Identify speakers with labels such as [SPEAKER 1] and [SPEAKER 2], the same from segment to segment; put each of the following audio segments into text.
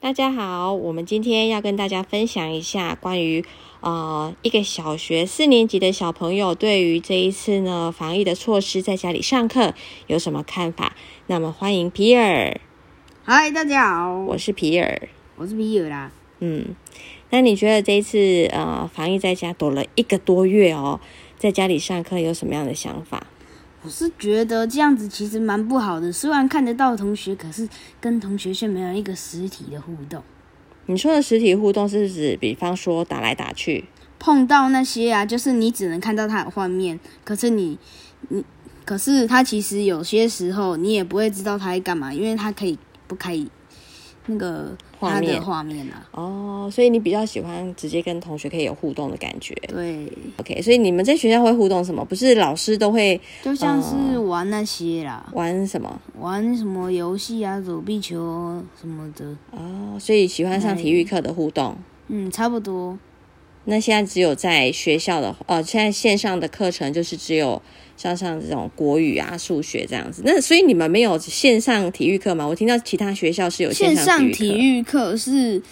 [SPEAKER 1] 大家好，我们今天要跟大家分享一下关于呃一个小学四年级的小朋友对于这一次呢防疫的措施在家里上课有什么看法。那么欢迎皮尔，
[SPEAKER 2] 嗨，大家好，
[SPEAKER 1] 我是皮尔。
[SPEAKER 2] 我是皮尔啊啦。
[SPEAKER 1] 嗯，那你觉得这一次呃防疫在家躲了一个多月哦，在家里上课有什么样的想法？
[SPEAKER 2] 我是觉得这样子其实蛮不好的，虽然看得到同学，可是跟同学却没有一个实体的互动，
[SPEAKER 1] 你说的实体互动是指，比方说打来打去，
[SPEAKER 2] 碰到那些啊，就是你只能看到他的画面，可是你你可是他其实有些时候你也不会知道他在干嘛，因为他可以不开那个
[SPEAKER 1] 画
[SPEAKER 2] 他
[SPEAKER 1] 面
[SPEAKER 2] 的画面啊。
[SPEAKER 1] 哦，所以你比较喜欢直接跟同学可以有互动的感觉。
[SPEAKER 2] 对，
[SPEAKER 1] OK，所以你们在学校会互动什么？不是老师都会
[SPEAKER 2] 就像是玩那些啦，
[SPEAKER 1] 玩什么
[SPEAKER 2] 玩什么游戏啊，躲避球什么的，
[SPEAKER 1] 哦？所以喜欢上体育课的互动。
[SPEAKER 2] 嗯，差不多。
[SPEAKER 1] 那现在只有在学校的呃，现在线上的课程就是只有像上这种国语啊、数学这样子。那所以你们没有线上体育课吗？我听到其他学校是有
[SPEAKER 2] 线上
[SPEAKER 1] 体育
[SPEAKER 2] 体
[SPEAKER 1] 课嗯
[SPEAKER 2] 育课是，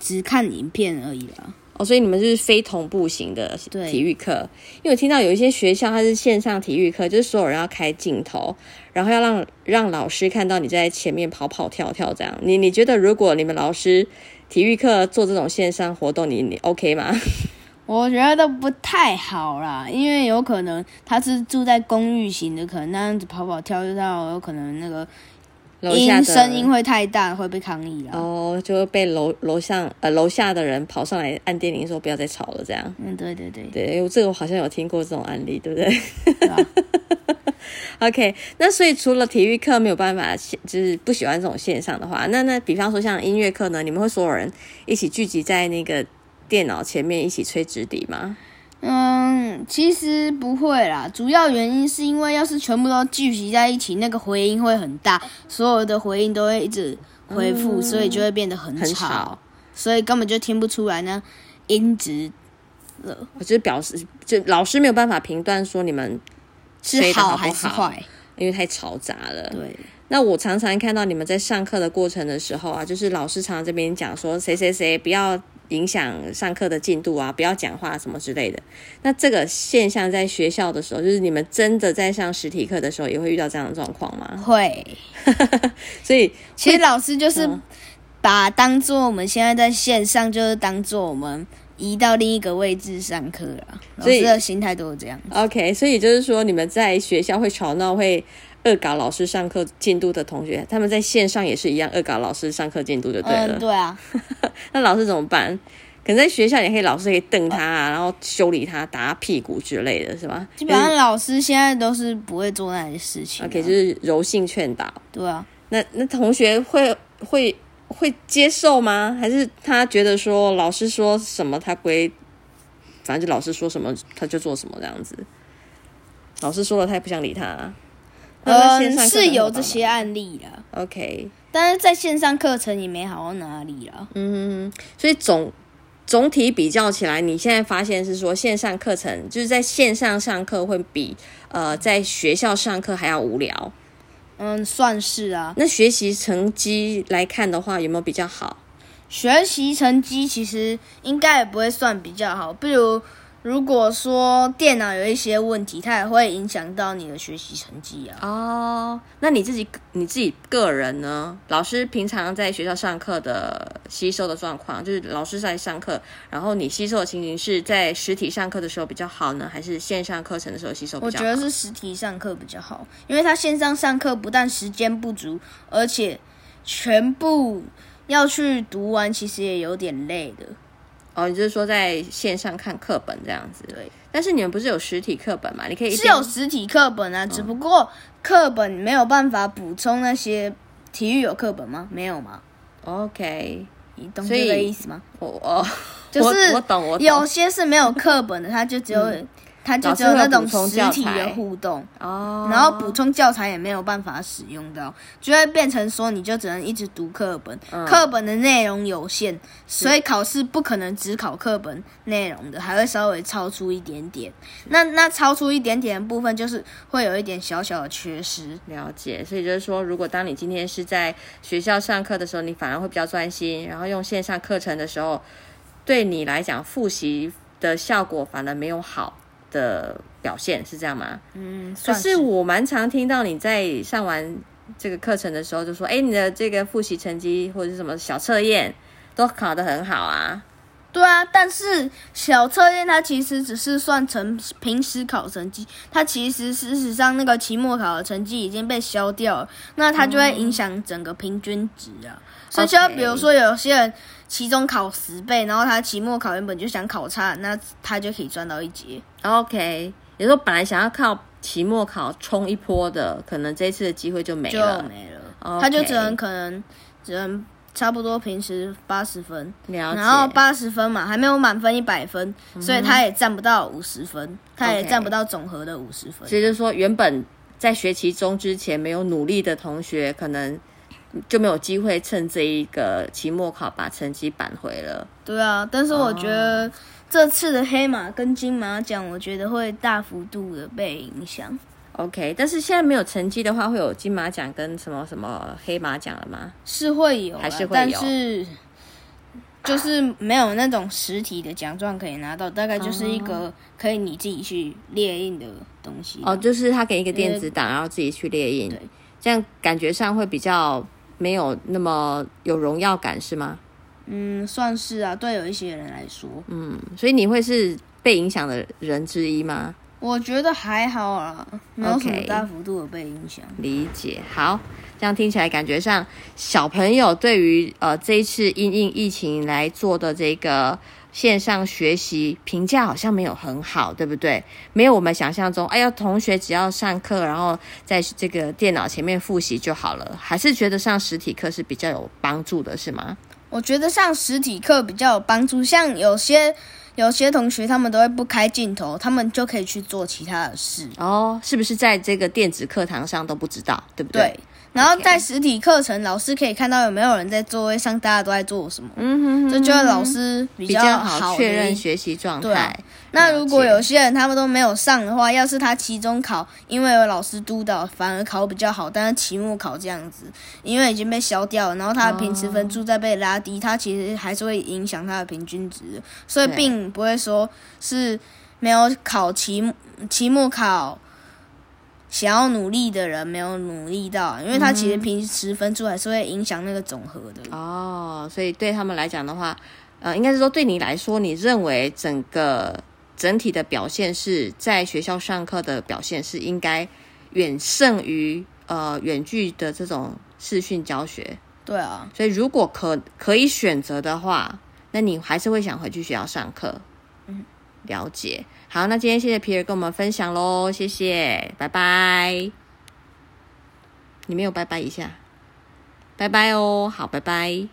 [SPEAKER 2] 只看影片而已啦。
[SPEAKER 1] 哦，所以你们就是非同步型的
[SPEAKER 2] 对
[SPEAKER 1] 体育课，因为我听到有一些学校它是线上体育课，就是所有人要开镜头，然后要让让老师看到你在前面跑跑跳跳这样。你你觉得如果你们老师体育课做这种线上活动，你你 OK 吗？
[SPEAKER 2] 我觉得不太好啦，因为有可能他是住在公寓型的，可能那样子跑跑跳跳，有可能那个
[SPEAKER 1] 楼下
[SPEAKER 2] 音
[SPEAKER 1] 的
[SPEAKER 2] 声音会太大，会被抗议啦。
[SPEAKER 1] 哦，就会被楼楼上呃楼下的人跑上来按电铃说不要再吵了这样。
[SPEAKER 2] 嗯，对对对，
[SPEAKER 1] 对，我这个我好像有听过这种案例，对不对？
[SPEAKER 2] 对啊吧？
[SPEAKER 1] OK，那所以除了体育课没有办法线，就是不喜欢这种线上的话，那那比方说像音乐课呢，你们会所有人一起聚集在那个电脑前面一起吹纸笛吗？
[SPEAKER 2] 嗯，其实不会啦，主要原因是因为要是全部都聚集在一起，那个回音会很大，所有的回音都会一直回复，所以就会变得很
[SPEAKER 1] 嗯很吵
[SPEAKER 2] 所以根本就听不出来呢音质
[SPEAKER 1] 我就是表示，就老师没有办法评断说你们吹
[SPEAKER 2] 是
[SPEAKER 1] 得好不
[SPEAKER 2] 还是
[SPEAKER 1] 好
[SPEAKER 2] 坏。
[SPEAKER 1] 因为太嘈杂了。
[SPEAKER 2] 对，
[SPEAKER 1] 那我常常看到你们在上课的过程的时候啊，就是老师常常这边讲说谁谁谁不要影响上课的进度啊，不要讲话什么之类的。那这个现象在学校的时候，就是你们真的在上实体课的时候，也会遇到这样的状况吗？
[SPEAKER 2] 会。
[SPEAKER 1] 所以
[SPEAKER 2] 其实老师就是
[SPEAKER 1] 嗯
[SPEAKER 2] 把当做我们现在在线上，就是当做我们移到另一个位置上课了。老
[SPEAKER 1] 所以
[SPEAKER 2] 师的心态都是这样。
[SPEAKER 1] OK，所以就是说你们在学校会吵闹，会恶搞老师上课进度的同学，他们在线上也是一样恶搞老师上课进度就对了。
[SPEAKER 2] 嗯，对啊，
[SPEAKER 1] 那老师怎么办？可能在学校也可以，老师可以瞪他啊，然后修理他、打他屁股之类的，是吧？
[SPEAKER 2] 基本上老师现在都是不会做那些事情啊。
[SPEAKER 1] OK，就是柔性劝导。
[SPEAKER 2] 对啊，
[SPEAKER 1] 那那同学会会会接受吗？还是他觉得说老师说什么他归，反正就老师说什么他就做什么这样子？老师说了他也不想理他、啊。那在线
[SPEAKER 2] 嗯，
[SPEAKER 1] 上课
[SPEAKER 2] 是
[SPEAKER 1] 能
[SPEAKER 2] 有
[SPEAKER 1] 怎么办
[SPEAKER 2] 这些
[SPEAKER 1] 呢
[SPEAKER 2] 案例啦，
[SPEAKER 1] OK，
[SPEAKER 2] 但是在线上课程也没好到哪里啦。
[SPEAKER 1] 嗯所以总总体比较起来，你现在发现是说线上课程就是在线上上课会比呃在学校上课还要无聊。
[SPEAKER 2] 嗯，算是啊。
[SPEAKER 1] 那学习成绩来看的话，有没有比较好？
[SPEAKER 2] 学习成绩其实应该也不会算比较好，比如如果说电脑有一些问题，它也会影响到你的学习成绩啊。
[SPEAKER 1] 哦，那你自己你自己个人呢？老师平常在学校上课的吸收的状况，就是老师在上课，然后你吸收的情形是在实体上课的时候比较好呢，还是线上课程的时候吸收比
[SPEAKER 2] 我
[SPEAKER 1] 较
[SPEAKER 2] 觉
[SPEAKER 1] 好？
[SPEAKER 2] 得是实体上课比较好，因为他线上上课不但时间不足，而且全部要去读完，其实也有点累的。
[SPEAKER 1] 哦，你就是说在线上看课本这样子。
[SPEAKER 2] 对，
[SPEAKER 1] 但是你们不是有实体课本嘛？你可以一嗯
[SPEAKER 2] 是
[SPEAKER 1] 边
[SPEAKER 2] 有实体课本啊，只不过课本没有办法补充那些体育有课本吗？没有吗？
[SPEAKER 1] OK，
[SPEAKER 2] 你懂
[SPEAKER 1] 所以
[SPEAKER 2] 这个意思吗？
[SPEAKER 1] 我我哦
[SPEAKER 2] 就是哦
[SPEAKER 1] 我我懂我懂
[SPEAKER 2] 有些是没有课本的，它就只有它就
[SPEAKER 1] 老
[SPEAKER 2] 只
[SPEAKER 1] 师
[SPEAKER 2] 有
[SPEAKER 1] 会有
[SPEAKER 2] 那种
[SPEAKER 1] 补充
[SPEAKER 2] 实
[SPEAKER 1] 教
[SPEAKER 2] 体的
[SPEAKER 1] 材
[SPEAKER 2] 互动，
[SPEAKER 1] 哦，
[SPEAKER 2] 然后补充教材也没有办法使用到，就会变成说你就只能一直读课本，课本的内容有限，所以考试不可能只考课本内容的，还会稍微超出一点点。那那超出一点点的部分，就是会有一点小小的缺失。
[SPEAKER 1] 了解，所以就是说，如果当你今天是在学校上课的时候，你反而会比较专心，然后用线上课程的时候，对你来讲复习的效果反而没有好的表现，是这样吗？
[SPEAKER 2] 嗯，
[SPEAKER 1] 可
[SPEAKER 2] 算
[SPEAKER 1] 是我蛮常听到你在上完这个课程的时候就说，哎，你的这个复习成绩或者是什么小测验都考得很好啊，
[SPEAKER 2] 对啊，但是小测验它其实只是算成平时考成绩，它其实事实上那个期末考的成绩已经被消掉了，那它就会影响整个平均值啊。所以就
[SPEAKER 1] OK
[SPEAKER 2] 比如说有些人期中考十倍，然后他期末考原本就想考差，那他就可以赚到一节。
[SPEAKER 1] OK，有时候本来想要靠期末考冲一波的，可能这次的机会就没
[SPEAKER 2] 就
[SPEAKER 1] 了。
[SPEAKER 2] 没了，
[SPEAKER 1] OK
[SPEAKER 2] 他就只能可能只能差不多平时八十分，
[SPEAKER 1] 了解。嗯
[SPEAKER 2] 然后八十分嘛，还没有满分一百分，所以他也占不到五十分，他也
[SPEAKER 1] OK
[SPEAKER 2] 占不到总和的五十分。
[SPEAKER 1] 所以就是说，原本在学期中之前没有努力的同学，可能就没有机会趁这一个期末考把成绩扳回了。
[SPEAKER 2] 对啊，但是我觉得这次的黑马跟金马奖，我觉得会大幅度的被影响。
[SPEAKER 1] OK，但是现在没有成绩的话，会有金马奖跟什么什么黑马奖了吗？
[SPEAKER 2] 是会有啊，
[SPEAKER 1] 还是会有
[SPEAKER 2] 但是就是没有那种实体的奖状可以拿到，大概就是一个可以你自己去列印的东西。
[SPEAKER 1] 嗯
[SPEAKER 2] 啊
[SPEAKER 1] 哦，就是他给一个电子档，然后自己去列印
[SPEAKER 2] 对，
[SPEAKER 1] 这样感觉上会比较没有那么有荣耀感，是吗？
[SPEAKER 2] 嗯，算是啊，对有一些人来说，
[SPEAKER 1] 嗯，所以你会是被影响的人之一吗？
[SPEAKER 2] 我觉得还好啦，没有什么
[SPEAKER 1] OK
[SPEAKER 2] 大幅度的被影响。
[SPEAKER 1] 理解，好，这样听起来感觉上，小朋友对于呃这一次因应疫情来做的这个线上学习评价好像没有很好，对不对？没有我们想象中，哎呀，同学只要上课，然后在这个电脑前面复习就好了，还是觉得上实体课是比较有帮助的，是吗？
[SPEAKER 2] 我觉得上实体课比较有帮助，像有些有些同学他们都会不开镜头，他们就可以去做其他的事。
[SPEAKER 1] 哦，是不是在这个电子课堂上都不知道，对不对？
[SPEAKER 2] 对，然后在实体课程，老师可以看到有没有人在座位上，大家都在做什么。嗯哼这就是老师比
[SPEAKER 1] 比较
[SPEAKER 2] 好
[SPEAKER 1] 好
[SPEAKER 2] 的
[SPEAKER 1] 确认
[SPEAKER 2] 一
[SPEAKER 1] 学习状
[SPEAKER 2] 对啊
[SPEAKER 1] 态。
[SPEAKER 2] 那
[SPEAKER 1] 了
[SPEAKER 2] 如果
[SPEAKER 1] 解
[SPEAKER 2] 有些人他们都没有上的话，要是他期中考，因为有老师督导，反而考比较好，但是期末考这样子，因为已经被消掉了，然后他的平时分数再被拉低，他其实还是会影响他的平均值的，所以
[SPEAKER 1] 对
[SPEAKER 2] 并不会说是没有考期期末考。想要努力的人没有努力到，因为他其实平时分数还是会影响那个总和的。
[SPEAKER 1] 哦，所以对他们来讲的话，呃，应该是说对你来说，你认为整个整体的表现是在学校上课的表现是应该远胜于呃远距的这种视讯教学。
[SPEAKER 2] 对啊，
[SPEAKER 1] 所以如果可可以选择的话，那你还是会想回去学校上课。
[SPEAKER 2] 嗯，
[SPEAKER 1] 了解。好，那今天谢谢皮尔跟我们分享喽，谢谢，拜拜。你没有拜拜一下，拜拜哦，好，拜拜。